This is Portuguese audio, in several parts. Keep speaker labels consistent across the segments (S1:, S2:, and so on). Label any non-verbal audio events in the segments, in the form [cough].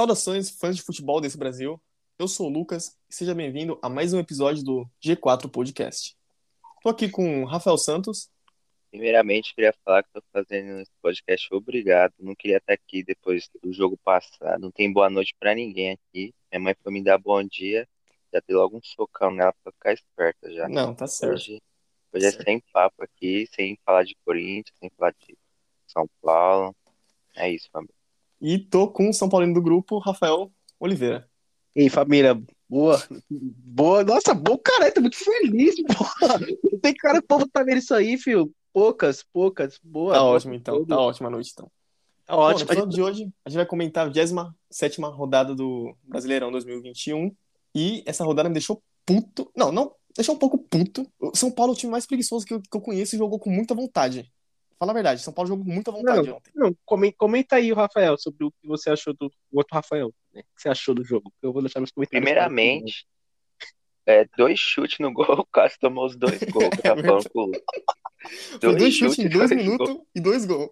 S1: Saudações, fãs de futebol desse Brasil. Eu sou o Lucas e seja bem-vindo a mais um episódio do G4 Podcast. Estou aqui com o Rafael Santos.
S2: Primeiramente, queria falar que estou fazendo esse podcast obrigado. Não queria estar aqui depois do jogo passado. Não tem boa noite para ninguém aqui. Minha mãe foi me dar bom dia. Já dei logo um socão nela para ficar esperta já.
S1: Não, tá certo.
S2: Hoje, hoje é
S1: Certo.
S2: sem papo aqui, sem falar de Corinthians, sem falar de São Paulo. É isso, família.
S1: E tô com o São Paulino do grupo, Rafael Oliveira.
S3: E aí, família, boa. Boa, nossa, bom cara, tô muito feliz, porra. Não tem cara, o povo tá vendo isso aí, filho. Poucas, poucas, boa.
S1: Tá
S3: Boa
S1: ótimo, então.
S3: tudo.
S1: Tá ótima a noite, então.
S3: Tá
S1: Bom,
S3: ótimo.
S1: no episódio de hoje, a gente vai comentar a 27 rodada do Brasileirão 2021. E essa rodada me deixou puto. Não, não, deixou um pouco puto. O São Paulo é o time mais preguiçoso que eu, que eu conheço e jogou com muita vontade. Fala a verdade, São Paulo jogou com muita vontade ontem.
S3: Não, comen- comenta aí, o Rafael, sobre o que você achou do o outro Rafael, né? O que você achou do jogo? Eu vou deixar nos comentários.
S2: Primeiramente, é, dois chutes no gol, [laughs] o Cássio tomou os dois gols. Tá falando com...
S1: É Foi dois chutes em dois
S2: dois
S1: minutos e dois gols.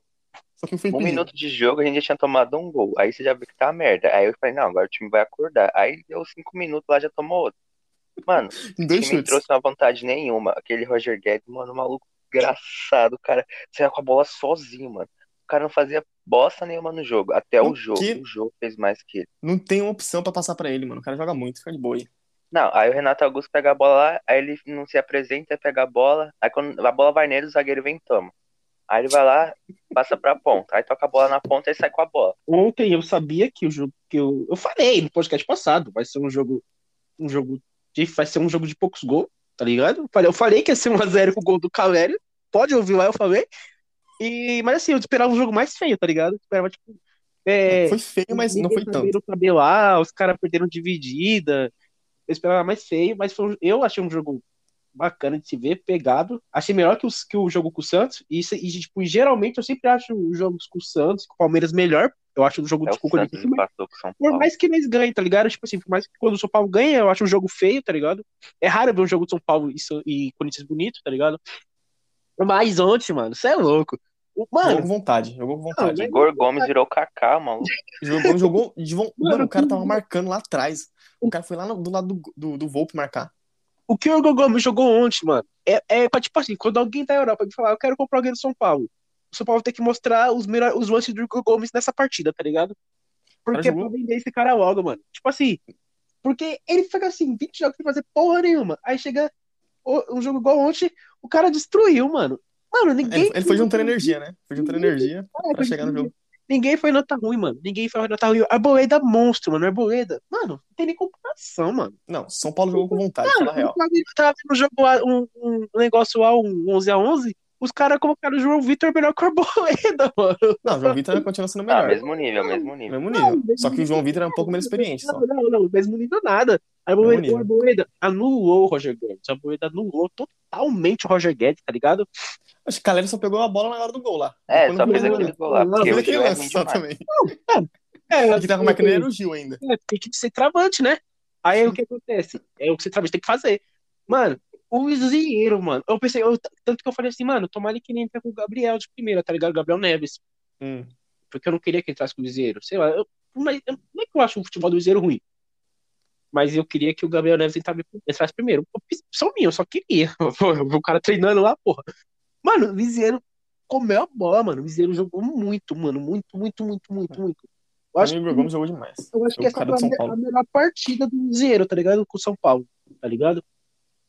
S1: Só que não foi
S2: Um
S1: impedido.
S2: minuto de jogo a gente já tinha tomado um gol. Aí você já viu que tá merda. Aí eu falei, não, agora o time vai acordar. Aí deu cinco minutos lá, já tomou outro. Mano,
S1: Em
S2: o
S1: dois
S2: time não
S1: chutes.
S2: trouxe uma vontade nenhuma. Aquele Roger Guedes, mano, um maluco engraçado, cara. Você com a bola sozinho, mano. O cara não fazia bosta nenhuma no jogo. Até
S1: O
S2: o jogo.
S1: quê?
S2: O jogo fez mais que ele.
S1: Não tem uma opção pra passar pra ele, mano. O cara joga muito, fica de boa aí.
S2: Não, aí o Renato Augusto pega a bola lá, aí ele não se apresenta, pega a bola. Aí quando a bola vai nele, o zagueiro vem e toma. Aí ele vai lá, passa pra ponta. Aí toca a bola na ponta e sai com a bola.
S3: Ontem eu sabia que o jogo que eu, eu falei no podcast passado, vai ser um jogo um jogo de, vai ser um jogo de poucos gols, tá ligado? Eu falei, eu falei que ia ser 1 a 0 com o gol do Calério. Pode ouvir lá, eu falei. E mas assim, eu esperava um jogo mais feio, tá ligado? Eu esperava tipo é,
S1: Foi feio, mas não foi
S3: ninguém
S1: tanto.
S3: saberam tabelar, ah, os caras perderam dividida. Eu esperava mais feio, mas foi um- eu achei um jogo bacana de se ver, pegado. Achei melhor que, os, que o jogo com o Santos. E, se- e, tipo, geralmente eu sempre acho os jogos com o Santos, com o Palmeiras melhor. Eu acho o jogo
S2: É
S3: de
S2: o
S3: Cuca
S2: Santos
S3: difícil, mas
S2: empatou com o São
S3: por
S2: Paulo.
S3: mais que eles ganhem, tá ligado? Tipo assim, por mais que quando o São Paulo ganha, eu acho um jogo feio, tá ligado? É raro ver um jogo de São Paulo e, San- e Corinthians bonito, tá ligado? Mas ontem, mano, você é louco. O-
S1: Jogou
S3: Mano,
S1: com vontade, jogou com vontade.
S3: Não,
S2: Igor Gomes virou Kaká, maluco.
S1: Jogou, jogou de von...
S3: Mano,
S1: Mano, o cara
S3: que-
S1: tava marcando lá atrás. O cara foi lá no- do lado do, do, do Volpe marcar.
S3: o que o Igor Gomes jogou ontem, mano, é, é pra, tipo assim, quando alguém da Europa me falar, eu quero comprar alguém do São Paulo, o São Paulo tem que mostrar os, melhor, os lances do Igor Gomes nessa partida, tá ligado? Porque é
S1: jogou-
S3: pra vender esse cara logo, mano. Tipo assim, porque ele fica assim, 20 jogos sem fazer porra nenhuma. Aí chega o- um jogo igual ontem, o cara destruiu, mano. Mano, ninguém.
S1: Ele, ele foi juntando energia, né? Foi juntando energia pra chegar no jogo.
S3: Ninguém foi nota ruim, mano. Ninguém foi nota ruim. Arboleda monstro, mano. Arboleda. Mano, não tem nem comparação, mano.
S1: Não, São Paulo jogou com vontade,
S3: Não,
S1: fala a
S3: eu
S1: real.
S3: tava, eu tava vendo um jogo lá, um, um negócio lá, um 11x11, os caras colocaram o João Vitor melhor que o Arboleda, [laughs] mano.
S1: Não, o João Vitor continua sendo
S2: Ah,
S1: melhor.
S2: mesmo nível, mesmo nível.
S1: Mesmo
S3: Não,
S1: nível.
S3: mesmo
S1: Só que o João Vitor é um pouco menos experiente. Só.
S3: Não, não, não, mesmo nível nada. Arboleda,
S1: nível.
S3: o Arboleda anulou o Roger Guedes. O Arboleda anulou totalmente o Roger Guedes, tá ligado?
S1: Acho que o Calera só pegou a bola na hora do gol lá.
S2: É,
S1: Quando
S2: só fez
S1: pegou,
S2: aquele
S1: né?
S2: gol lá,
S3: Não,
S2: porque
S1: Fez
S2: o
S1: aquele
S2: Gil é ruim
S1: lance só
S2: demais.
S1: também.
S3: É,
S1: O que tava marcando ele era o Gil ainda.
S3: É, tem que ser travante, né? Aí o que acontece? É o que ser travante tem que fazer. Mano, o Zinheiro, mano. Eu pensei, eu- tanto que eu falei assim, mano, tomara que ele entre com o Gabriel de primeira, tá ligado? Gabriel Neves.
S1: Hum.
S3: Porque eu não queria que ele entrasse com o Zinheiro. Sei lá, eu, mas, eu- não é que eu acho o futebol do Zinheiro ruim. Mas eu queria que o Gabriel Neves entrasse, entrasse primeiro. Opção minha, eu só queria. [laughs] O cara treinando lá, porra. Mano, o Zinheiro comeu a bola, mano. O Zinheiro jogou muito, mano. Muito, muito, muito, muito, muito. Eu
S1: Pra mim,
S3: acho
S1: O
S3: que
S1: Igor Gomes jogou demais.
S3: eu acho
S1: O
S3: que essa
S1: cara
S3: foi a,
S1: do São
S3: me-
S1: Paulo.
S3: a melhor partida do Cruzeiro, tá ligado? Com o São Paulo, tá ligado?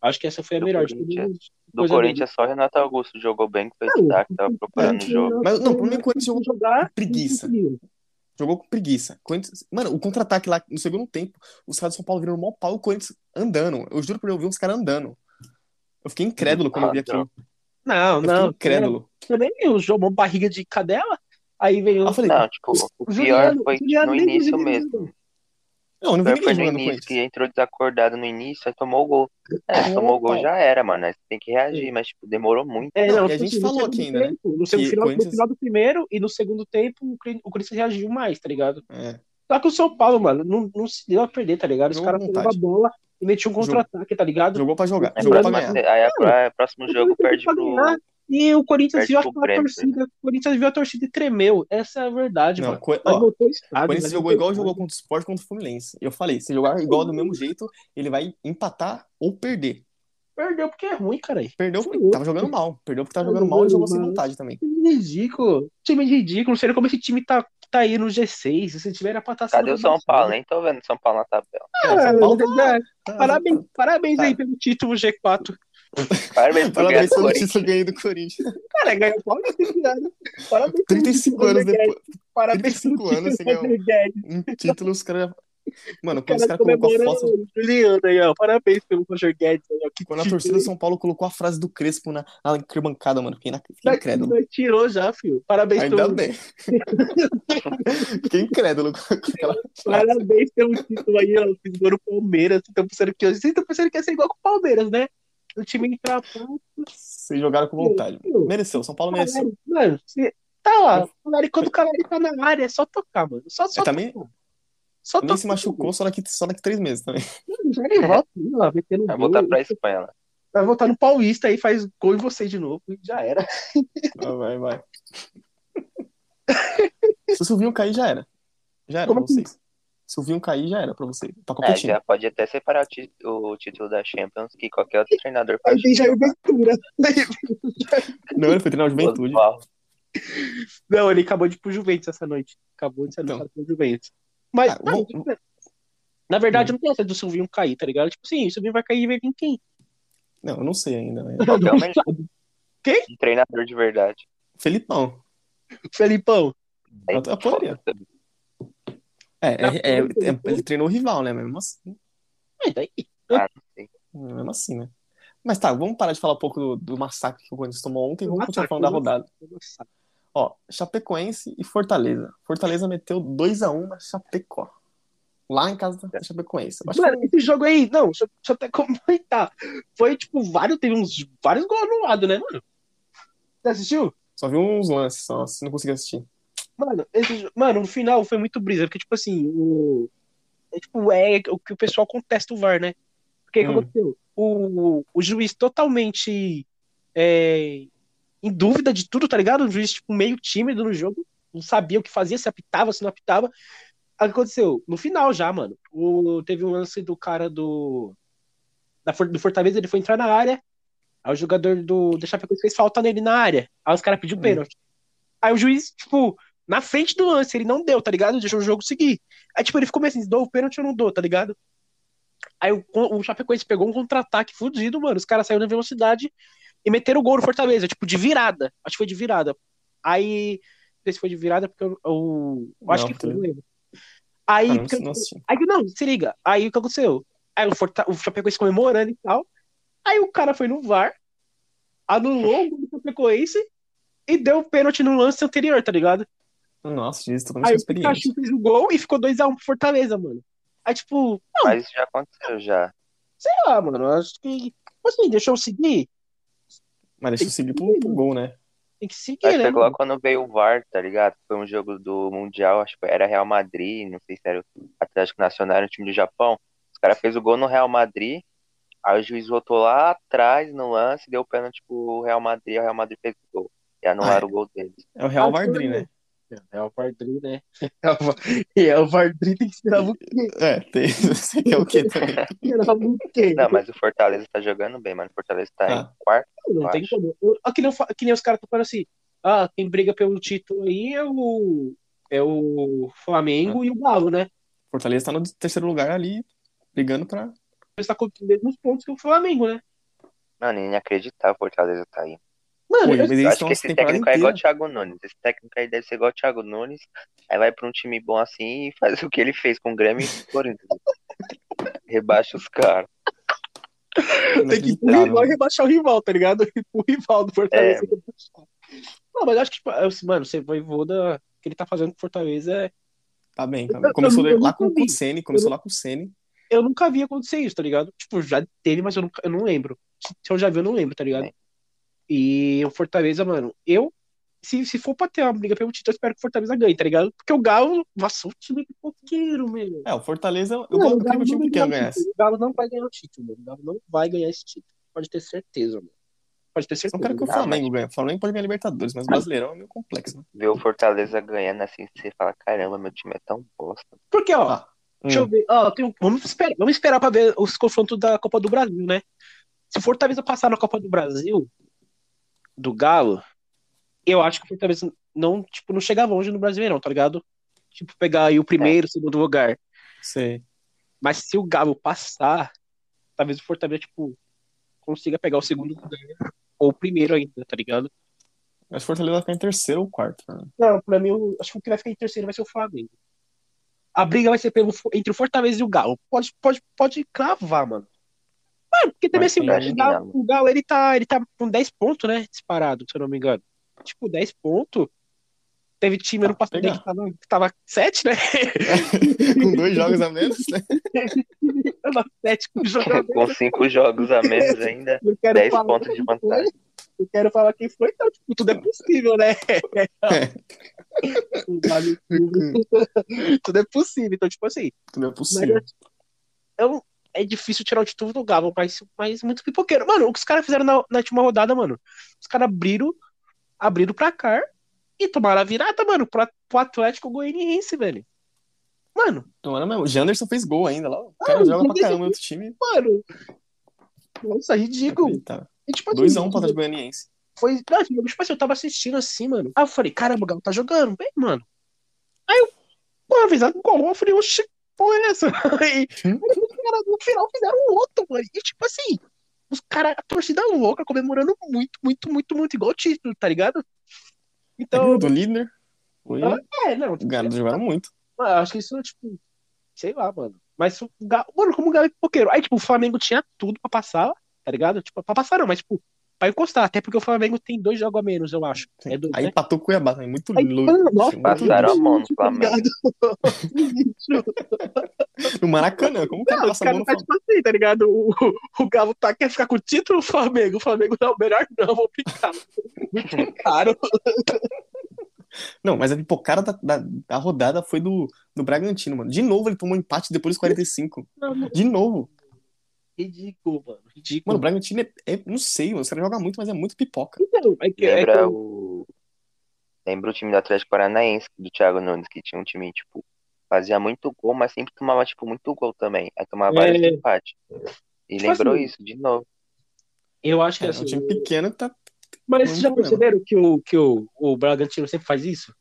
S3: Acho que essa foi a
S2: Do
S3: melhor.
S2: Corinthians.
S3: tipo,
S2: Do
S3: coisa
S2: Corinthians, só o Renato Augusto jogou bem, que foi
S3: Não,
S2: destaque, tava
S3: mesmo.
S2: procurando o jogo.
S1: Mas, não, pra mim, o Corinthians jogou
S3: jogar
S1: preguiça. Jogou com preguiça. Corinthians- Mano, o contra-ataque lá no segundo tempo, os caras do São Paulo viram o maior pau e o Corinthians andando. Eu juro por Deus, eu vi uns caras andando. Eu fiquei incrédulo quando eu vi aquilo.
S3: Não,
S1: Eu fiquei
S3: não.
S1: incrédulo.
S3: Também o jogo, uma barriga de cadela. Aí veio
S1: Aí eu
S3: o
S1: falei,
S2: Não, tipo, o pior foi no início mesmo.
S1: não, eu
S2: O
S1: não vi
S2: pior
S1: ninguém
S2: foi no
S1: jogando com
S2: início,
S1: eles.
S2: que entrou desacordado no início, aí tomou o gol. É,
S1: Tomou
S2: tomou o
S1: pau.
S2: gol já era, mano. Aí você tem que reagir, mas, tipo, demorou muito.
S3: É,
S1: Não,
S3: não,
S1: e a
S3: tipo
S1: gente
S3: assim, no
S1: falou
S3: segundo
S1: aqui ainda, né?
S3: tempo, no, segundo
S1: Que
S3: final, no
S1: Corinthians-
S3: final do primeiro e no segundo tempo o Cri- o Corinthians reagiu mais, tá ligado?
S1: É.
S3: Só que o São Paulo, mano, não, não se deu a perder, tá ligado? Os
S1: Jogou
S3: caras
S1: com
S3: pegavam a
S1: vontade.
S3: bola e metiam um
S1: Jogo-
S3: contra-ataque, tá ligado?
S1: Jogou pra jogar.
S2: Aí,
S1: Jogou pra
S2: próxima-
S1: ganhar.
S2: aí a- a- próximo
S3: Eu
S2: jogo
S3: também
S2: perde
S3: pra
S2: pro
S3: ganhar. E o Corinthians
S2: Perde
S3: viu
S2: pro
S3: aquela
S2: Grêmio,
S3: torcida. O Corinthians viu a torcida e tremeu. Essa é a verdade,
S1: Não,
S3: mano.
S1: co-
S3: Mas
S1: ó,
S3: voltou o estado,
S1: O Corinthians
S3: mas
S1: jogou igual
S3: voltou.
S1: jogou contra o Sport contra o Fluminense. Eu falei, se jogar igual do mesmo jeito, ele vai empatar ou perder.
S3: Perdeu porque é ruim, cara.
S1: Perdeu
S3: Foi
S1: porque
S3: louco.
S1: tava jogando mal. Perdeu porque tava
S3: Foi
S1: jogando mal e jogou
S3: louco,
S1: sem
S3: mano.
S1: vontade também.
S3: Time Ridículo. Time ridículo. Não sei nem como esse time tá, tá aí no G6. Se tiver era pra estar sendo
S2: Cadê o São
S3: rebaixado.
S2: Paulo? Nem tô vendo São Paulo na tabela.
S1: É,
S3: Ah,
S1: São Paulo tá-
S3: verdade.
S1: tá-
S3: Parabéns, parabéns
S1: Tá.
S3: aí pelo título G4.
S1: [laughs]
S2: Parabéns
S1: Parabéns
S2: pro ganhar do
S1: pelo
S2: Corinthians.
S1: título ganhei do [laughs] Corinthians.
S3: Cara, é, ganhou o Paulista esse ano. Parabéns pelo
S1: 35
S3: título,
S1: anos
S3: Rodrigues.
S1: depois.
S3: Parabéns pelo
S1: 35 anos,
S3: título,
S1: você ganhou.
S3: Rodrigues.
S1: Um título, os caras. Mano,
S3: O
S1: quando os
S3: cara
S1: caras colocou a
S3: comemorando
S1: foto.
S3: o Juliano aí, ó. Parabéns pelo Roger Guedes aí, ó. Que
S1: Quando a
S3: título.
S1: torcida do São Paulo colocou a frase do Crespo na, na arquibancada, mano. Fiquei, na, fiquei
S3: Mas-
S1: incrédulo.
S3: mas Tirou já, filho. Parabéns
S1: Ainda
S3: pelo,
S1: bem. [laughs] Fiquei incrédulo com aquela.
S3: parabéns pelo título aí, ó. Fiz gol no Palmeiras. Vocês estão pensando que hoje. Vocês estão pensando que ia ser igual com o Palmeiras, né? O time entrar
S1: Vocês jogaram com vontade. Mereceu, São Paulo mereceu.
S3: Mano, você tá lá. O Caleri, quando o Caleri tá na área, é só tocar, mano. Só, só
S1: É, também-
S3: tocar. Só
S1: Nem se
S3: tocar.
S1: machucou, só daqui, só daqui três meses também. [laughs]
S3: Mano, Já ele volta, sei lá, metendo
S2: Vai
S3: gol.
S2: voltar pra Espanha. né?
S3: Vai voltar no Paulista aí, faz gol em você de novo. e
S1: [laughs]
S3: Já era.
S1: Vai, vai, [laughs] vai. Se o Silvinho cair, já era. Já era
S3: Como
S1: pra
S3: assim?
S1: vocês. Se o Silvinho cair, já era pra vocês. Tá Pra qualquer
S2: É,
S1: time.
S2: já pode até separar o, tí- o título da Champions que qualquer outro treinador
S3: Aí
S2: faz.
S3: tem
S1: é
S3: Jair Ventura.
S1: Não, ele foi treinar o Juventude.
S2: Osvaldo.
S3: Não, ele acabou de ir pro Juventus essa noite. Acabou de ser
S1: Então.
S3: anunciado pro Juventus. Mas,
S1: Ah,
S3: tá,
S1: vamos-
S3: tipo, na verdade, não tem essa do Silvinho cair, tá ligado? Tipo assim, o Silvinho vai cair e vai vir quem?
S1: Não, eu não sei ainda. Né?
S3: Não,
S2: Qualquer um ele-
S3: sabe.
S2: Um treinador de verdade.
S1: Felipão.
S3: Felipão.
S1: Eu até apoiaria. É, é, é, é, ele treinou o rival, né? Mesmo assim,
S3: Mas daí.
S2: Ah, não sei.
S1: mesmo assim, né? Mas tá, vamos parar de falar um pouco do, do massacre que o Corinthians tomou ontem. Vamos continuar
S3: Massacre,
S1: falando da rodada.
S3: nossa,
S1: Ó, Chapecoense e Fortaleza. Fortaleza meteu 2x1 na Chapecó. Lá em casa da Chapecoense. Eu acho que
S3: Mano, esse jogo aí, não, deixa, eu- deixa eu até [laughs] comentar. Foi, tipo, vários, teve uns vários gols anulados, né, mano? Você assistiu?
S1: Só vi uns lances, só assim, não consegui assistir.
S3: Mano, esse jo- mano, no final foi muito brisa, porque, tipo assim, o. É, tipo, é o que o pessoal contesta o VAR, né? Porque o que
S1: Hum.
S3: aconteceu? O, o juiz totalmente é, em dúvida de tudo, tá ligado? Um juiz, tipo, meio tímido no jogo, não sabia o que fazia, se apitava, se não apitava. Aí O que aconteceu? No final já, mano. O, teve um lance do cara do. Da, For- do Fortaleza, ele foi entrar na área. Aí o jogador do, do Chapecoense fez falta nele na área. Aí os caras pediu
S1: Hum.
S3: pênalti. Aí o juiz, tipo, na frente do lance, ele não deu, tá ligado? Deixou o jogo seguir. Aí, tipo, ele ficou meio assim, dou o pênalti ou não dou, tá ligado? Aí o, o Chapecoense pegou um contra-ataque fudido, mano. Os caras saíram na velocidade e meteram o gol no Fortaleza, tipo, de virada. Acho que foi de virada. Aí, não sei se foi de virada, porque eu, eu- eu acho
S1: Não,
S3: que foi,
S1: tá
S3: não lembro. Aí,
S1: Ah,
S3: porque-
S1: não, não assisti.
S3: Aí, não, se liga. Aí o que aconteceu? Aí o, Forta... o Chapecoense comemorando e tal. Aí o cara foi no VAR, anulou o gol do Chapecoense e deu o pênalti no lance anterior, tá ligado?
S1: Nossa, Jesus, totalmente
S3: Aí o
S1: experiente.
S3: Pikachu fez o gol e ficou 2x1 pro Fortaleza, mano. Aí, tipo, não,
S2: Mas isso já aconteceu já.
S3: sei lá, mano. Acho que. Assim, deixa eu seguir.
S1: Mas deixa eu seguir pro, pro gol, né?
S3: Tem que seguir,
S2: Aí
S3: né?
S2: foi
S3: mano?
S2: logo quando veio o VAR, tá ligado? Foi um jogo do Mundial, acho que era Real Madrid, não sei se era o Atlético Nacional, era o time do Japão. Os caras fez o gol no Real Madrid, aí o juiz voltou lá atrás no lance, deu o pênalti pro Real Madrid, o Real Madrid fez o gol. E anularam o gol deles.
S1: É o Real
S3: Ah,
S1: Vardri,
S3: foi.
S1: né?
S3: É o Vardri, né? [laughs] É o Va- É o Vardri, tem que esperar o quê?
S1: É, [laughs] tem. Não sei que é o que também.
S3: Esperar o quê?
S2: Não, mas o Fortaleza tá jogando bem, mano. O Fortaleza tá
S1: Tá.
S2: em quarto.
S3: Não
S2: Eu
S3: tem
S2: acho.
S3: como. Eu- ah, Que nem, eu fa- que nem os caras estão falando assim. Ah, quem briga pelo título aí é o, é o Flamengo
S2: É.
S3: e o Galo, né?
S1: Fortaleza tá no terceiro lugar ali, brigando pra.
S3: Eles estão com tá os mesmos pontos que o Flamengo, né?
S2: Mano, inacreditável o Fortaleza tá aí.
S3: Mano,
S1: Ui, mas
S3: eu-
S2: Eu
S1: eles
S2: acho
S1: estão
S2: que
S1: essa
S2: esse
S1: temporada
S2: técnico é igual o
S1: inteira.
S2: Thiago Nunes. Esse técnico aí deve ser igual o Thiago Nunes. Aí vai pra um time bom assim e faz [laughs] o que ele fez com o Grêmio e o Corinthians. Rebaixa os caras.
S1: né?
S3: tem que
S2: tá
S3: ir pro
S1: Inacreditável.
S3: rival e rebaixar o rival, tá ligado? [laughs] Ir pro rival do Fortaleza.
S2: É.
S3: e rebaixar. Não, mas eu acho que, tipo, é assim, mano, você vai voda. O que ele tá fazendo com o Fortaleza é.
S1: Tá bem,
S3: Eu-
S1: cara.
S3: eu
S1: Começou
S3: nunca- eu
S1: lá
S3: nunca
S1: com, com o
S3: vi.
S1: Sene, começou lá com o Sene.
S3: Eu nunca vi acontecer isso, tá ligado? Tipo, já teve, mas eu, nunca, eu não lembro. Se eu já vi, eu não lembro, tá ligado?
S2: É.
S3: E o Fortaleza, mano, eu. Se, se for pra ter uma briga pelo título, eu espero que o Fortaleza ganhe, tá ligado? Porque o Galo. Nossa, o time é pipoqueiro, meu.
S1: É, o Fortaleza, eu,
S3: Mano,
S1: eu
S3: o
S1: queria
S3: Galo
S1: que o time
S3: não vai
S1: pequeno
S3: ganhar o
S1: ganhasse.
S3: título. O Galo não vai ganhar o título, mano. O Galo não vai ganhar esse título. Pode ter certeza, mano. Pode ter
S1: Eu
S3: certeza.
S1: não quero que o
S3: Ah,
S1: Flamengo ganhe. O Flamengo pode ganhar Libertadores, mas o Brasileirão é meio complexo, né?
S2: Ver o Fortaleza ganhando assim, você fala, caramba, meu time é tão bosta.
S3: mas- Porque, ó,
S1: Ah,
S3: deixa eu
S1: Hum.
S3: ver. Ó, tem um- vamos, esperar, vamos esperar pra ver os confrontos da Copa do Brasil, né? Se o Fortaleza passar na Copa do Brasil, do Galo, eu acho que o Fortaleza não, tipo, não chega longe no Brasileirão, tá ligado? Tipo, pegar aí o primeiro, o segundo lugar.
S1: Sei.
S3: Mas se o Galo passar, talvez o Fortaleza, tipo, consiga pegar o segundo lugar. Ou o primeiro ainda, tá ligado?
S1: Mas o Fortaleza vai ficar em terceiro ou quarto, né?
S3: [laughs] Não, pra mim, eu acho que o que vai ficar em terceiro vai ser o Flamengo. A briga vai ser pelo, Fo- entre o Fortaleza e o Galo. Pode, pode, pode cravar, mano. Mano, porque também
S1: Mas
S3: assim,
S1: eu
S2: acho
S3: o
S2: que
S3: Galo, o Galo, ele tá, ele tá com 10 pontos, né? Disparado, se eu não me engano. Tipo, 10 pontos. Teve time ano
S1: Tá,
S3: passado aí
S1: pegar.
S3: que tava, que tava 7, né? [laughs]
S1: Com dois jogos a menos, né?
S3: Tava 7 com
S2: [laughs] Com
S3: jogador.
S2: cinco jogos a menos ainda,
S3: Eu quero
S2: dez
S3: falar
S2: pontos de
S3: quem
S2: vantagem.
S3: foi, Eu quero falar quem foi, então, tipo, tudo é possível, né? [laughs] Vale tudo. tudo é possível. Então, tipo assim,
S1: [laughs] Não é possível.
S3: eu, assim, é difícil tirar o título do Galo, mas, mas muito pipoqueiro. Mano, o que os caras fizeram na, na última rodada, mano? Os caras abriram, abriram pra cá e tomaram a virada, mano, pra, pro Atlético Goianiense, velho. Mano,
S1: Não era mesmo. O Janderson fez gol ainda lá. O cara
S3: Ah,
S1: joga pra
S3: entendi.
S1: caramba em outro time.
S3: mano. Nossa, é ridículo.
S1: Tá.
S3: E, tipo, assim,
S1: 2x1 pra Atlético Goianiense.
S3: Foi, não, tipo assim, eu tava assistindo assim, mano. Aí eu falei, caramba, o Galo tá jogando bem, mano. Aí eu, pô, avisado com o eu falei, oxe, que porra é essa? [laughs] Aí, aí os caras no final fizeram um outro, mano. E tipo assim, os caras, a torcida louca, comemorando muito, muito, muito, muito, igual o título, tá ligado?
S1: [laughs]
S3: Então,
S1: Do líder. Foi.
S3: Ah. é, não,
S1: Cara, jogaram muito.
S3: Mano, eu acho que isso, tipo, sei lá, mano. Mas o Galo, mano, como o Galo é pipoqueiro. Aí, tipo, o Flamengo tinha tudo pra passar, tá ligado? Tipo, pra passar não, mas, tipo, pra encostar. Até porque o Flamengo tem dois jogos a menos, eu acho. É dois,
S1: Aí
S3: né?
S1: empatou com o Cuiabá também. Muito
S3: Aí,
S1: louco.
S3: mano, nossa,
S2: Passaram a mão no Flamengo.
S1: No Maracanã. Como que
S3: Não, os
S1: passa a mão
S3: caras
S1: no
S3: tá tipo assim, tá ligado? O, o, o Galo tá, quer ficar com o título do Flamengo. O Flamengo não, melhor não,
S1: [laughs]
S3: vou picar. Muito caro.
S1: Não, mas a pipocada da, da, da rodada foi do, do Bragantino, mano. De novo ele tomou empate depois dos 45. De novo.
S3: Ridículo, mano.
S1: Mano,
S3: Ridículo.
S1: o Bragantino é, é- Não sei, mano. Os caras jogam muito, mas é muito pipoca.
S3: Então, é que, é que
S2: Lembra
S3: eu-
S2: o. Lembra o time do Atlético Paranaense, do Thiago Nunes, que tinha um time, tipo, fazia muito gol, mas sempre tomava, tipo, muito gol também. Aí tomava
S3: É.
S2: vários empates. E
S3: Tipo
S2: lembrou
S3: assim,
S2: isso de novo.
S3: eu acho que
S1: É,
S3: é
S1: é um
S3: assim.
S1: time pequeno que tá.
S3: Mas
S1: Não
S3: vocês já
S1: problema.
S3: perceberam que, o, que o, o Bragantino sempre faz isso?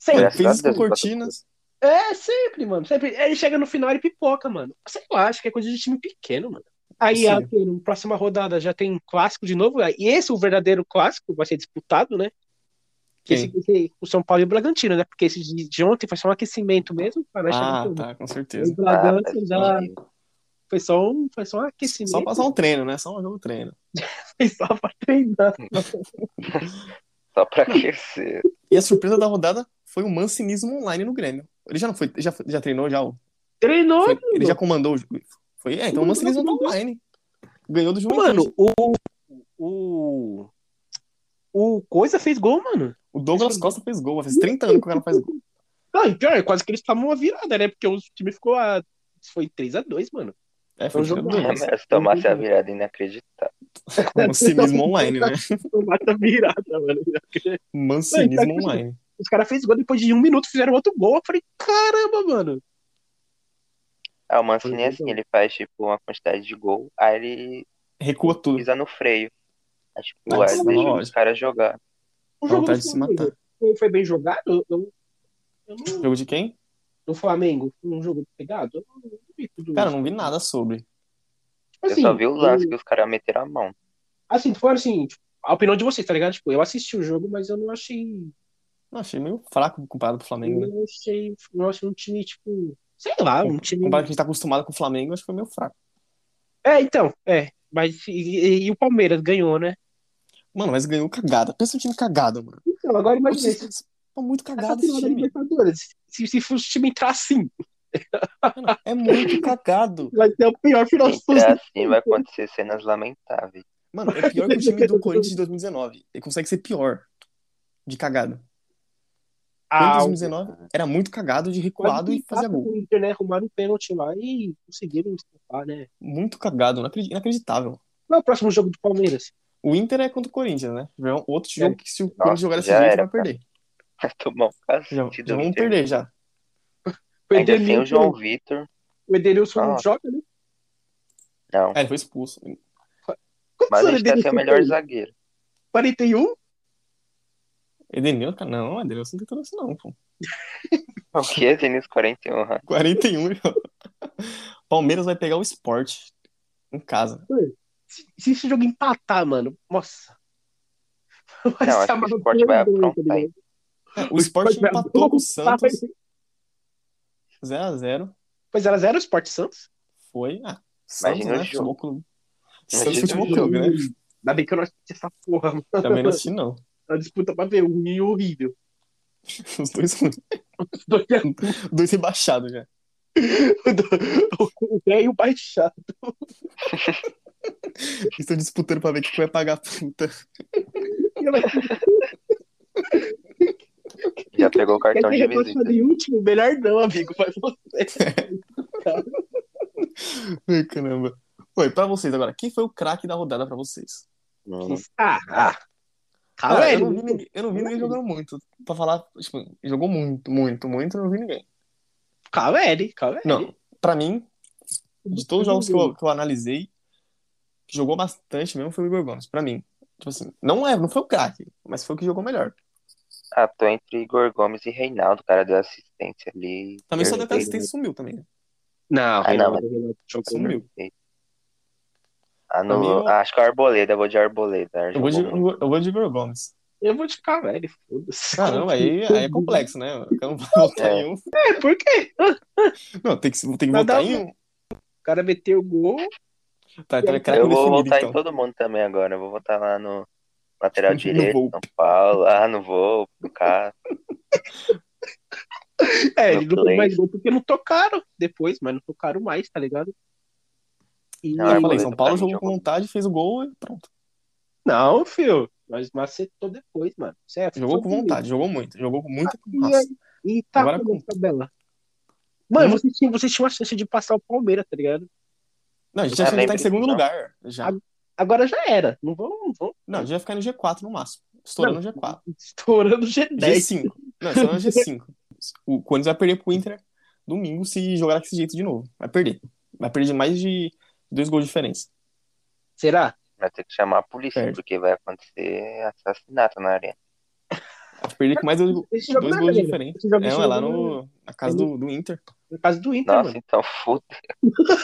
S3: Sempre.
S2: Graças a
S1: Fez isso com
S2: Deus,
S1: o Cortinas.
S3: É, sempre, mano. Sempre. Ele chega no final e pipoca, mano. Sei lá, acho que é coisa de time pequeno, mano. Aí,
S1: Sim.
S3: a próxima rodada já tem clássico de novo. E esse, o verdadeiro clássico, vai ser disputado, né? Que esse,
S1: Quem?
S3: esse- o São Paulo e o Bragantino, né? Porque esse de, de ontem foi só um aquecimento mesmo. Pra nós chegar
S1: Ah,
S3: no-
S1: tá, com
S3: O
S1: certeza.
S3: Bragantino
S2: Ah,
S3: já
S2: sim.
S3: foi só, um, foi só um aquecimento.
S1: Só passar um treino, né? Só um jogo treino.
S3: [laughs] Foi só pra treinar.
S2: Só pra [laughs] aquecer.
S1: E a surpresa da rodada foi o mancinismo online no Grêmio. Ele já não foi, já, já treinou já o.
S3: Treinou,
S1: foi- ele
S3: amigo.
S1: já comandou o jogo. Foi, é, então o mancinismo tá online. Ganhou do Juventude.
S3: Mano, o. O. O Coisa fez gol, mano.
S1: o Douglas Costa fez gol, fez 30 anos que o cara faz gol.
S3: Não, e pior, é quase que eles tomaram uma virada, né? Porque o time ficou a. Foi 3x2, mano.
S1: É, foi
S3: É um jogo
S1: do Douglas.
S2: Se tomasse a virada, inacreditável.
S1: Mancinismo online, né?
S3: Mata virada, mano.
S1: Mancinismo
S3: tá
S1: online.
S3: Os caras fez gol depois de um minuto, fizeram outro gol. Eu falei, caramba, mano.
S2: Ah, o Mancini é
S3: Foi
S2: assim,
S3: muito
S2: ele faz, tipo, uma quantidade de gol, aí ele
S1: Recua tudo.
S2: pisa no freio. Aí, tipo,
S1: Nossa,
S2: aí ele deixa
S1: lógico.
S2: os caras jogar.
S3: O
S1: Dá
S3: jogo
S1: vontade
S3: do
S1: tá de se
S3: Flamengo
S1: matar.
S3: foi- foi bem jogado? Eu, eu- eu não-
S1: Jogo de quem?
S3: do Flamengo, foi um jogo pegado? Eu não, não vi tudo
S1: Cara,
S3: isso.
S1: não vi nada sobre.
S3: Tipo
S2: Eu só
S3: assim,
S2: vi o lance
S3: eu-
S2: que os caras meteram a mão.
S3: Assim, foi assim, tipo, a opinião de vocês, tá ligado? Tipo, eu assisti o jogo, mas eu não achei
S1: Não, achei meio fraco comparado com o Flamengo, né?
S3: Eu achei, eu achei um time, tipo, sei lá, um time.
S1: Comparado que a gente tá acostumado com o Flamengo, acho que foi meio fraco.
S3: É, então, é. Mas e, e- e o Palmeiras ganhou, né?
S1: Mano, mas ganhou cagada. Pensa um time cagado, mano.
S3: Então, agora imagina esse-
S1: Vocês Tá muito
S3: essa
S1: cagado esse
S3: final da
S1: time.
S3: Libertadores. Se, se fosse o time entrar assim,
S1: Mano, é muito cagado.
S3: vai ser o pior final de todos.
S2: Entrar assim, vai acontecer cenas lamentáveis. [laughs]
S1: Mano, é pior que o time
S3: [laughs]
S1: do Corinthians de 2019. Ele consegue ser pior de cagado. O
S3: Ah,
S2: um
S1: Corinthians de 2019 era muito cagado de
S3: quase
S1: recuado e
S3: empata
S1: fazia gol.
S3: com o Inter, né? Arrumaram um pênalti lá e conseguiram escapar, né?
S1: Muito cagado, inacredi- inacreditável.
S3: Qual é o próximo jogo do Palmeiras?
S1: O Inter é contra o Corinthians, né? Já é um outro
S3: É.
S1: jogo que se o Corinthians jogar desse
S2: já
S1: jeito,
S2: era,
S1: vai perder.
S2: Vai tomar um
S1: Já,
S2: cacete
S1: já
S2: do
S1: vamos
S2: Inter.
S1: perder já.
S3: O
S2: Ainda tem o João
S3: Edenilson,
S2: Vitor.
S3: o Edenilson não
S2: Ah.
S3: joga, né?
S2: Não,
S1: É, ele foi expulso.
S3: Quantos
S2: mas a
S3: anos
S2: gente tá
S3: Edenilson
S2: sem o melhor
S3: tem?
S2: zagueiro.
S3: 41?
S1: Edenilson, cara, não, é Edenilson não tem tudo isso não, pô.
S2: O que, Denis 41? né?
S1: [laughs] 41, ó. um, Palmeiras vai pegar o Sport em casa.
S3: Se, se esse jogo empatar, mano, nossa. [laughs] Vai
S2: Não,
S3: ser
S2: acho que o
S3: uma
S2: Sport vai
S3: doideira,
S2: aprontar,
S3: tá ligado?
S2: hein?
S1: É, O Sport
S3: vai-
S1: empatou com o Santos
S3: Vai-
S1: 0x0.
S3: Pois era zero o Sport Santos.
S1: Foi. Ah, Santos,
S2: Imagina o
S1: né?
S2: jogo.
S1: Futebol Clube.
S2: Imagina
S1: Santos
S2: o
S1: Futebol Clube, né?
S3: Ainda bem que eu não assisti essa porra, mano.
S1: Também não assisti, não.
S3: A disputa pra ver ruim e horrível.
S1: Os dois, dois rebaixados já.
S3: O velho baixado.
S1: [laughs] Estão disputando pra ver quem vai pagar a puta.
S2: Já pegou o
S3: Quer
S2: cartão
S3: ser
S2: de visita.
S3: rebaixado em último? Melhor não, amigo. Vai você.
S1: Ai, [laughs] caramba. Oi, pra vocês agora, quem foi o craque da rodada pra vocês?
S2: Não,
S3: Ah, ah.
S1: Cara,
S3: Calma,
S1: eu, não
S3: ele.
S1: vi ninguém, eu não vi ninguém jogando muito. Pra falar, tipo, jogou muito, muito, muito, eu não vi ninguém.
S3: Calma, ele. Calma,
S1: Não, pra mim, de todos os jogos que eu, que eu analisei, que jogou bastante mesmo foi o Igor Gomes, pra mim. Tipo assim, não, é, não foi o craque, mas foi o que jogou melhor.
S2: Ah, tô entre Igor Gomes e Reinaldo, cara, deu assistência ali.
S1: Também só
S2: Eu
S1: deve assistência sumiu também. né?
S3: Não,
S2: Ah, não,
S3: Reinaldo, Reinaldo jogou
S1: Sumiu.
S3: muito.
S1: Pra
S2: Anulou.
S1: mim, eu-
S2: Ah, acho que é o Arboleda, eu vou de Arboleda.
S1: Eu vou, de, um
S2: jogou muito.
S1: eu vou de Igor Gomes.
S3: Eu vou de ficar velho, foda-se.
S1: Caramba, aí, aí é complexo, né? Eu [laughs] não vou votar em um.
S3: É, [laughs] por quê?
S1: Não, tem que, tem que
S3: Nada a
S1: votar em um.
S3: O cara meteu o gol.
S1: Tá, então é craque
S2: Eu vou
S1: indefinido,
S2: votar
S1: então.
S2: em todo mundo também agora. Eu vou votar lá no lateral
S1: No
S2: direito,
S1: Volpe.
S2: São Paulo. Ah, no vou, no carro.
S3: É, ele não
S2: Excelente.
S3: fez mais gol porque não tocaram depois, mas não tocaram mais, tá ligado? E-
S1: Não,
S2: Não,
S1: Ah, eu
S2: Arboleda
S1: falei, São Paulo
S2: pra mim
S1: jogou com
S2: jogou.
S1: vontade, fez o gol e pronto.
S3: Não, filho. Mas macetou depois, mano. é Certo?
S1: Jogou com vontade, jogou muito. Jogou com muita
S3: E,
S1: raça.
S3: e tá
S1: Agora
S3: com a tabela. Mano, vocês tinham, vocês tinham a chance de passar o Palmeiras, tá ligado?
S1: Não, a gente
S2: Já
S1: já tinha que estar
S2: lembro
S1: em segundo
S2: disso,
S1: lugar. Já.
S3: Agora já era. Não vão. Não vão [laughs]
S1: Não, a gente vai ficar no G4 no máximo. Estourando o G4.
S3: estourando o G10.
S1: G5. Não, é estourando
S3: [laughs]
S1: o G5. O Corinthians vai perder pro Inter domingo se jogar desse jeito de novo. Vai perder. Vai perder de mais de dois gols de diferença.
S3: Será?
S2: Vai ter que chamar a polícia,
S1: Certo.
S2: porque vai acontecer assassinato na arena.
S1: Vai perder com mais dois, dois
S3: Esse jogo não
S1: gols de
S3: é
S1: diferença.
S3: Esse jogo
S1: É,
S3: esse
S1: é lá
S3: jogo não
S1: no, na casa do, do Inter.
S3: é- Por causa do Inter,
S2: Nossa,
S3: mano.
S2: então fudeu.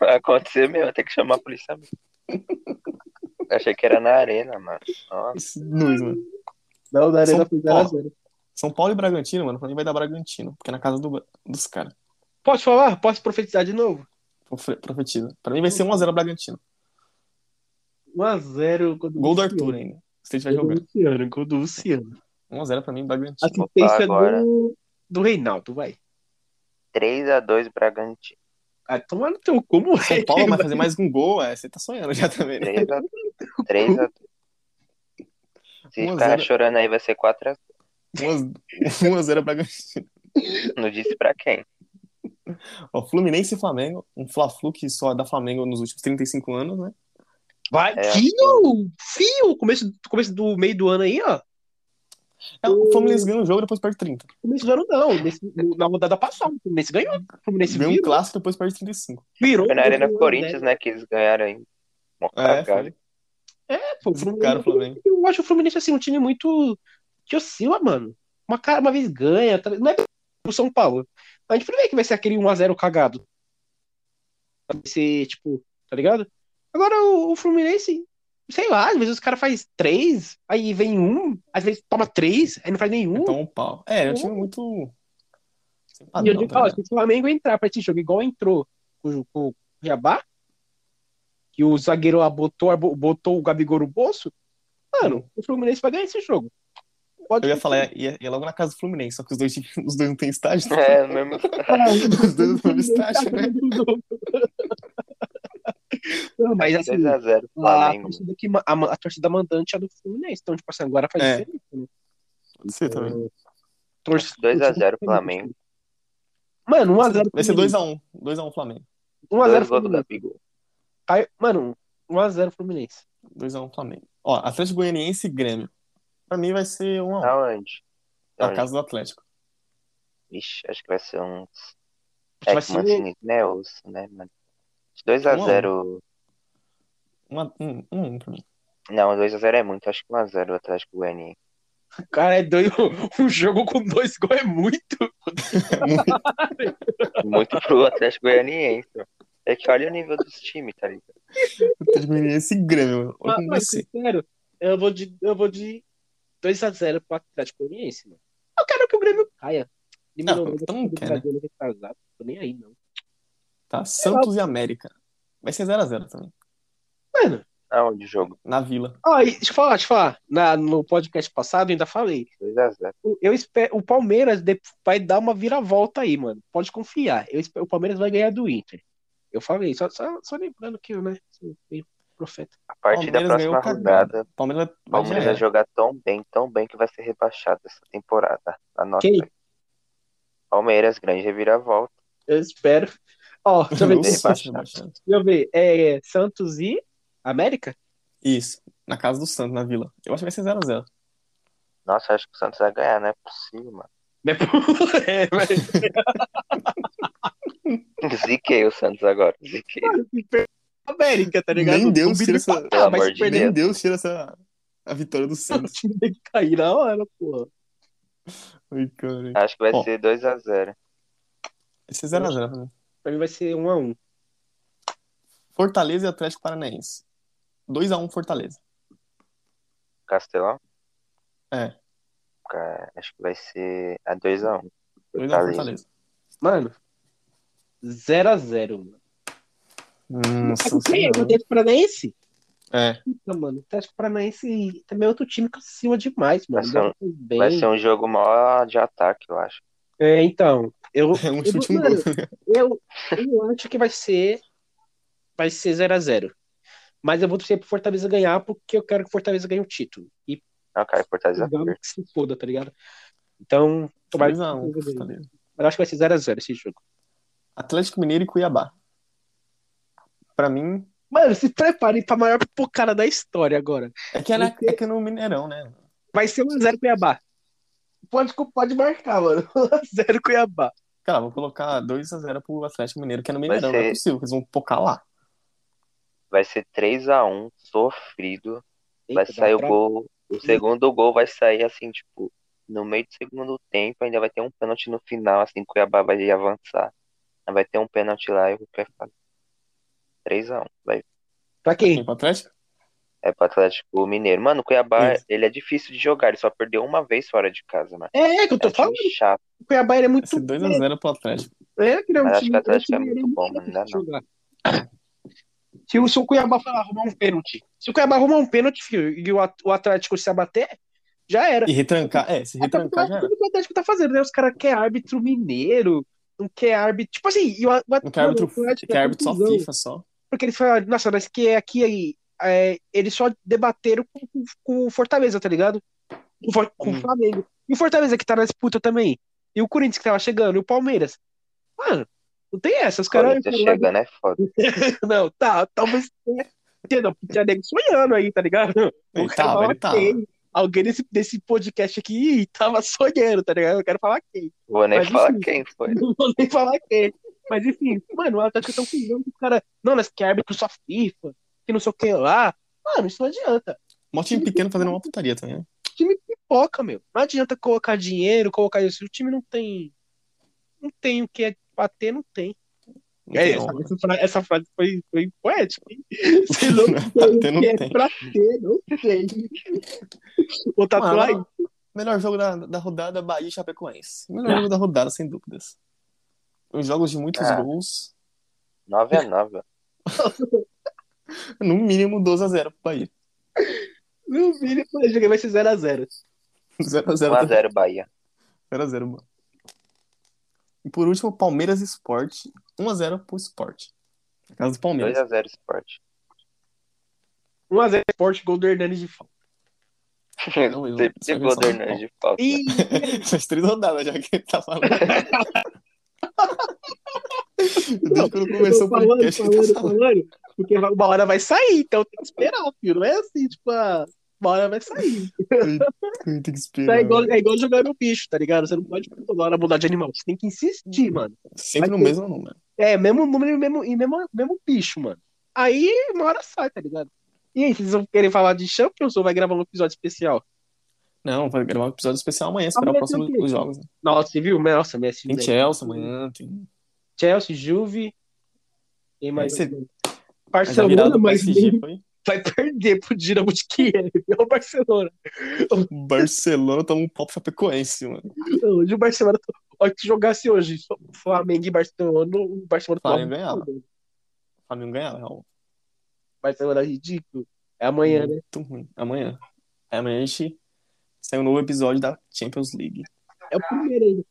S2: Vai acontecer mesmo, vai ter que chamar a polícia mesmo. Eu achei que era na arena, mano. Nossa,
S1: Esse dois, mano.
S3: Não, da Arena
S1: São-
S3: foi
S1: ó.
S3: 0x0.
S1: São Paulo e Bragantino, mano. Pra mim vai dar Bragantino. Porque é na casa do- dos caras.
S3: Posso falar? Posso profetizar de novo?
S1: Profe- Profetiza. Pra mim vai ser 1x0 Bragantino.
S3: 1x0 gol
S1: Gol do Arthur ainda. Se ele estiver
S3: Gol do
S1: jogando.
S3: Luciano, gol do Luciano.
S1: 1x0 pra mim, Bragantino.
S3: Assistência
S2: agora.
S3: do, do Reinaldo, vai.
S2: 3x2 Bragantino.
S3: Ah, tomar no teu como
S1: São Paulo
S3: [laughs]
S1: vai fazer mais um gol, é, você tá sonhando já também, né?
S2: 3x2. 3x2. Se
S1: Um a
S2: ficar
S1: zero.
S2: chorando aí, vai ser 4x2.
S3: É.
S1: 1x0 Bragantino.
S2: Não disse pra quem.
S1: Ó, Fluminense e Flamengo, um Fla-Flu que só dá Flamengo nos últimos 35 anos, né?
S3: Vai,
S2: É.
S3: fio! Fio! Começo, começo do meio do ano aí, ó.
S1: É, o Fluminense ganha um jogo, depois perde 30.
S3: Começo do ano não. Nesse, no- na rodada passada, o Fluminense ganhou. O Fluminense
S1: Ganha um
S3: virou.
S1: clássico, depois perde 35.
S3: virou
S2: Foi na Arena
S3: virou,
S2: Corinthians, né, que eles ganharam aí. Mó
S1: É,
S2: cagada.
S3: né? É, pô, Ah, o Fluminense-
S1: Cara, o Flamengo.
S3: Eu acho o Fluminense, assim, um time muito... que oscila, mano. Uma, cara, uma vez ganha, tá- não é pro São Paulo. A gente prevê que vai ser aquele 1x0 cagado. Vai ser, tipo, tá ligado? Agora o, o Fluminense, sei lá, às vezes os caras faz três, aí vem um, às vezes toma três, aí não faz nenhum.
S1: Então, um pau. É, é um time muito. Sem
S2: Ah,
S3: e eu
S1: padrão,
S3: digo,
S1: tá
S3: ó,
S1: ligado?
S3: se o Flamengo entrar pra esse jogo igual entrou com, o- com o Cuiabá, que o zagueiro lá botou, botou o Gabigol no bolso, mano, o Fluminense vai ganhar esse jogo. Pode
S1: Eu ia falar, ia, ia logo na casa do Fluminense, só que os dois, os dois não têm estádio. né?
S2: É, mesmo.
S1: Os dois não têm estádio, né?
S3: Não, mas assim, a,
S2: 2x0 Flamengo.
S3: torcida que, ma- a, ma- a torcida mandante é do Fluminense, então, tipo assim, agora faz
S1: É.
S3: diferença, né?
S1: Pode ser também.
S3: Torce-
S2: 2x0 Flamengo.
S3: Mano, 1x0
S1: Vai ser 2x1. 2x1 Flamengo.
S3: 1x0
S2: Dois gols do
S3: Fluminense. um
S2: Gabigol.
S3: Caio- Mano, 1x0 Fluminense.
S1: 2x1 Flamengo. Ó, Atlético Goianiense e Grêmio. Pra mim vai ser
S3: Ah,
S1: 1x1.
S2: Aonde?
S3: tá.
S1: Na casa do Atlético.
S2: Ixi, acho que vai ser um.
S3: Acho que
S2: É
S3: vai
S2: que
S3: ser-
S2: o Mancini é osso, né, mano? 2x0.
S1: 1x1 um, um, a um pra mim.
S2: Não, 2x0 é muito. Acho que 1x0 o Atlético Goianiense.
S3: Cara, é doido. [laughs] Um jogo com dois gols é muito.
S2: Muito
S1: [laughs]
S2: pro Atlético Goianiense. ó. É que olha o nível dos times, tá ligado?
S1: Atlético Goianiense e Grêmio. Olha como
S3: Mas,
S1: vai
S3: Ah, mas
S1: ser.
S3: sincero, eu vou de, eu vou de 2x0 pro Atlético Goianiense, mano. Eu quero que o Grêmio caia.
S1: Não,
S3: o Grêmio
S1: então não
S3: do
S1: quer,
S3: Brasil ano retrasado. Tô nem aí, não.
S1: Tá? Santos e América. Vai ser 0x0 também.
S3: Mano,
S2: Aonde o jogo?
S1: Na Vila.
S3: ó, e deixa eu falar, deixa eu falar. Na, no podcast passado eu ainda falei.
S2: 2x0.
S3: O- Eu espero, o Palmeiras de- vai dar uma viravolta aí, mano. Pode confiar. Eu espero- o Palmeiras vai ganhar do Inter. Eu falei, só, só, só lembrando que eu, né? sou meio profeta.
S2: A partir da
S1: Palmeiras ganhou
S2: próxima
S1: cagada.
S2: rodada,
S1: Palmeiras é-
S2: o
S1: vai
S2: Palmeiras vai
S1: Palmeiras
S2: jogar tão bem, tão bem que vai ser rebaixado essa temporada. A nossa.
S3: Quem?
S2: Palmeiras, grande reviravolta.
S3: Eu espero. Ó, deixa [laughs] eu ver.
S2: Nossa.
S3: deixa eu ver. É, Santos e América?
S1: Isso. Na casa do Santos, na Vila. Eu acho que vai ser 0x0.
S2: Nossa, acho que o Santos vai ganhar, não é possível, mano.
S3: Né, pô? [laughs] É, mas-
S2: [laughs] Ziquei o Santos agora. Ziquei.
S3: América, tá ligado?
S1: Nem um Deus
S3: Zumbi
S1: tira
S3: do
S1: essa-
S3: Catar,
S2: Pelo
S3: "Ah, mas
S2: amor
S3: se
S2: de
S3: perder,
S1: Nem Deus tira essa a vitória do
S3: o
S1: Santos. [laughs]
S3: time tem que cair na hora, porra.
S1: Ai, cara.
S2: Acho que vai
S1: Ó.
S2: ser 2x0.
S1: Vai ser 0x0 pra mim.
S3: Pra mim vai ser um a um.
S1: Fortaleza e Atlético Paranaense. 2x1 Fortaleza.
S2: Castelão?
S1: É.
S2: Cara, acho que vai ser a 2x1.
S1: 2x1 Fortaleza.
S3: Mano, 0x0, mano.
S1: Nossa
S3: Sabe quem é o
S1: senhora.
S3: Atlético Paranaense?
S1: É.
S3: Puta, mano, o Atlético Paranaense também é outro time que acima demais,
S2: Vai
S3: mano.
S2: ser um-
S3: Joga bem.
S2: Vai ser um jogo maior de ataque, eu acho.
S3: É, então, eu,
S1: É um
S3: eu,
S1: chute um
S3: mano, [laughs]
S1: gol.
S3: eu, eu acho que vai ser vai ser 0x0. Mas eu vou torcer pro Fortaleza ganhar porque eu quero que o Fortaleza ganhe o título. E
S2: Não, cara, Fortaleza
S3: o Galo
S2: perde.
S3: que se foda, tá ligado? Então, tomara que o
S1: 2x1
S3: Fortaleza ganhe.
S1: Fortaleza.
S3: Mas eu acho que vai ser 0x0 esse jogo.
S1: Atlético Mineiro e Cuiabá. Pra mim,
S3: Mano, se preparem pra maior pipocada da história agora.
S1: É que, é, na- é que é no Mineirão, né?
S3: Vai ser 1x0 Cuiabá. Pode, pode marcar, mano. [laughs] 1x0 Cuiabá.
S1: Cara, vou colocar 2x0 pro Atlético Mineiro, que é no Mineirão,
S2: Vai ser-
S1: não é possível, que eles vão pocar lá.
S2: Vai ser 3x1, sofrido. Vai
S3: Eita, dá
S2: sair o
S3: pra-
S2: gol. O segundo gol vai sair assim, tipo, no meio do segundo tempo, ainda vai ter um pênalti no final, assim, Cuiabá vai avançar. Aí Vai ter um pênalti lá e o Cuiabá faz. 3x1. Vai.
S3: Pra
S1: Quem
S3: [laughs] quem?
S1: pro Atlético?
S2: É pro Atlético Mineiro. Mano, o Cuiabá,
S1: Isso.
S2: ele é difícil de jogar, ele só perdeu uma vez fora de casa, mano.
S3: É, que eu
S2: É
S3: tô
S2: um time
S3: falando.
S2: chato.
S3: O Cuiabá ele é
S1: Vai
S3: muito.
S1: ser 2x0 pro Atlético.
S3: É, que ele é um
S2: Mas acho
S3: time.
S2: que o Atlético é
S3: ele
S2: muito bom, mano, não dá não.
S3: jogar. Se o, se o Cuiabá falar, arrumar um pênalti. Se o Cuiabá arrumar um pênalti, filho, e o, At- o Atlético se abater, já era.
S1: E retrancar, é, se
S3: Até porque
S1: retrancar já era.
S3: tudo que o Atlético tá fazendo, né? Os caras querem árbitro mineiro, não quer árbitro. Tipo assim, e o, a- o
S1: Não quer árbitro,
S3: o
S1: que
S3: Atlético é
S1: árbitro só
S3: confusão.
S1: FIFA, só.
S3: Porque eles falaram, nossa, mas que aqui aí. é, eles só debateram com, com- com o Fortaleza, tá ligado? Com, o For- com o
S1: Hum.
S3: Flamengo. E o Fortaleza que tá na disputa também. E o Corinthians que tava chegando, e o Palmeiras. Mano, não tem essa. Os caras.
S2: Corinthians chegando é foda.
S3: Não, tá, talvez tenha não, tinha nego sonhando aí, tá ligado?
S1: Ele
S3: Eu quero
S1: tava,
S3: falar
S1: ele tá. tava.
S3: quem. Alguém desse, desse podcast aqui tava sonhando, tá ligado? Eu quero falar quem.
S2: Vou nem
S3: Mas
S2: falar
S3: enfim.
S2: quem foi.
S3: [laughs] Não vou nem falar quem. Mas enfim, mano, ela tá tão fingando que o cara. Não, mas que árbitro só FIFA, que não sei o que lá. Mano, isso não adianta.
S1: Mó time pequeno fazendo uma putaria também, né?
S3: Time pipoca, meu. Não adianta colocar dinheiro, colocar isso. O time não tem. Não tem o que é bater, não tem.
S1: Não
S3: É,
S1: tem
S3: essa,
S1: como.
S3: [laughs] essa fra- essa frase foi, foi poética, hein? Sei lá,
S1: Bater não [laughs]
S3: é
S1: tem.
S3: pra ter, não tem. Vou tatuar
S1: Mano, melhor jogo da, da rodada, Bahia e Chapecoense. Melhor jogo da rodada, sem dúvidas. Os jogos de muitos
S3: É.
S2: Ah.
S1: gols,
S2: 9x9.
S1: no mínimo 12x0 pro Bahia. [laughs]
S3: no vídeo, mas joguei vai ser 0x0.
S1: 0x0
S2: 1x0 Bahia.
S1: 0x0, mano. E por último, Palmeiras e Sport. 1x0 pro Sport. Na casa do Palmeiras.
S2: 2x0 Sport.
S3: 1x0 Sport, gol do Hernandes de falta.
S1: eu-
S2: Sempre
S1: isso aqui
S2: gol
S1: só
S2: do
S1: um
S2: Hernandes de falta.
S3: Ih,
S1: Faz três rodadas já que ele tá [laughs] falando. Desde quando
S3: eu
S1: começou
S3: tô
S1: o
S3: falando,
S1: podcast, ele tá
S3: falando,
S1: falando.
S3: falando. Porque uma hora vai sair, então tem que esperar, filho. Não é assim, tipo, ah, uma hora vai sair.
S1: Tem que esperar.
S3: É igual, é igual jogar no bicho, tá ligado? Você não pode toda hora mudar de animal. Você tem que
S1: Uhum.
S3: insistir, mano.
S1: Sempre no
S3: Mas-
S1: mesmo número.
S3: É, mesmo número e mesmo, e mesmo, mesmo bicho, mano. Aí uma hora sai, tá ligado? E aí, vocês vão querer falar de Champions ou vai gravar um episódio especial?
S1: Não, vai gravar um episódio especial amanhã, esperar o
S3: Amanhã
S1: próximo
S3: tem o quê?
S1: dos jogos. né?
S3: Nossa, você viu? Nossa, Messi.
S1: Tem
S3: né?
S1: Chelsea amanhã, tem.
S3: Chelsea, Juve. Tem mais.
S1: Esse- Mas a virada do
S3: Barcelona, mas
S1: PSG foi.
S3: [laughs] vai perder pro Dinamo de Kiev. [laughs] É o Barcelona.
S1: Barcelona toma um pau chapecoense, mano.
S3: Hoje o Barcelona. tá- Olha que jogasse hoje. Flamengo e Barcelona. O Barcelona tomava
S1: Flamengo
S3: um
S1: ganhava.
S3: pau.
S1: O Flamengo ganhava, real.
S3: Barcelona é ridículo. É amanhã, né?
S1: Muito ruim. Amanhã. Aí Amanhã a gente sai um novo episódio da Champions League.
S3: É o primeiro ainda.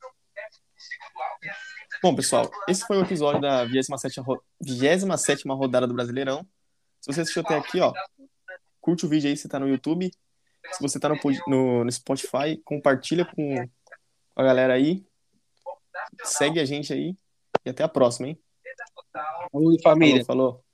S1: Bom, pessoal, esse foi o episódio da 27ª, ro- 27ª rodada do Brasileirão. Se você assistiu até aqui, ó, curte o vídeo aí se tá no YouTube. Se você tá no, pod- no- no Spotify, compartilha com a galera aí. Segue a gente aí. E até a próxima, hein?
S3: Alô, família.
S1: Falou, falou.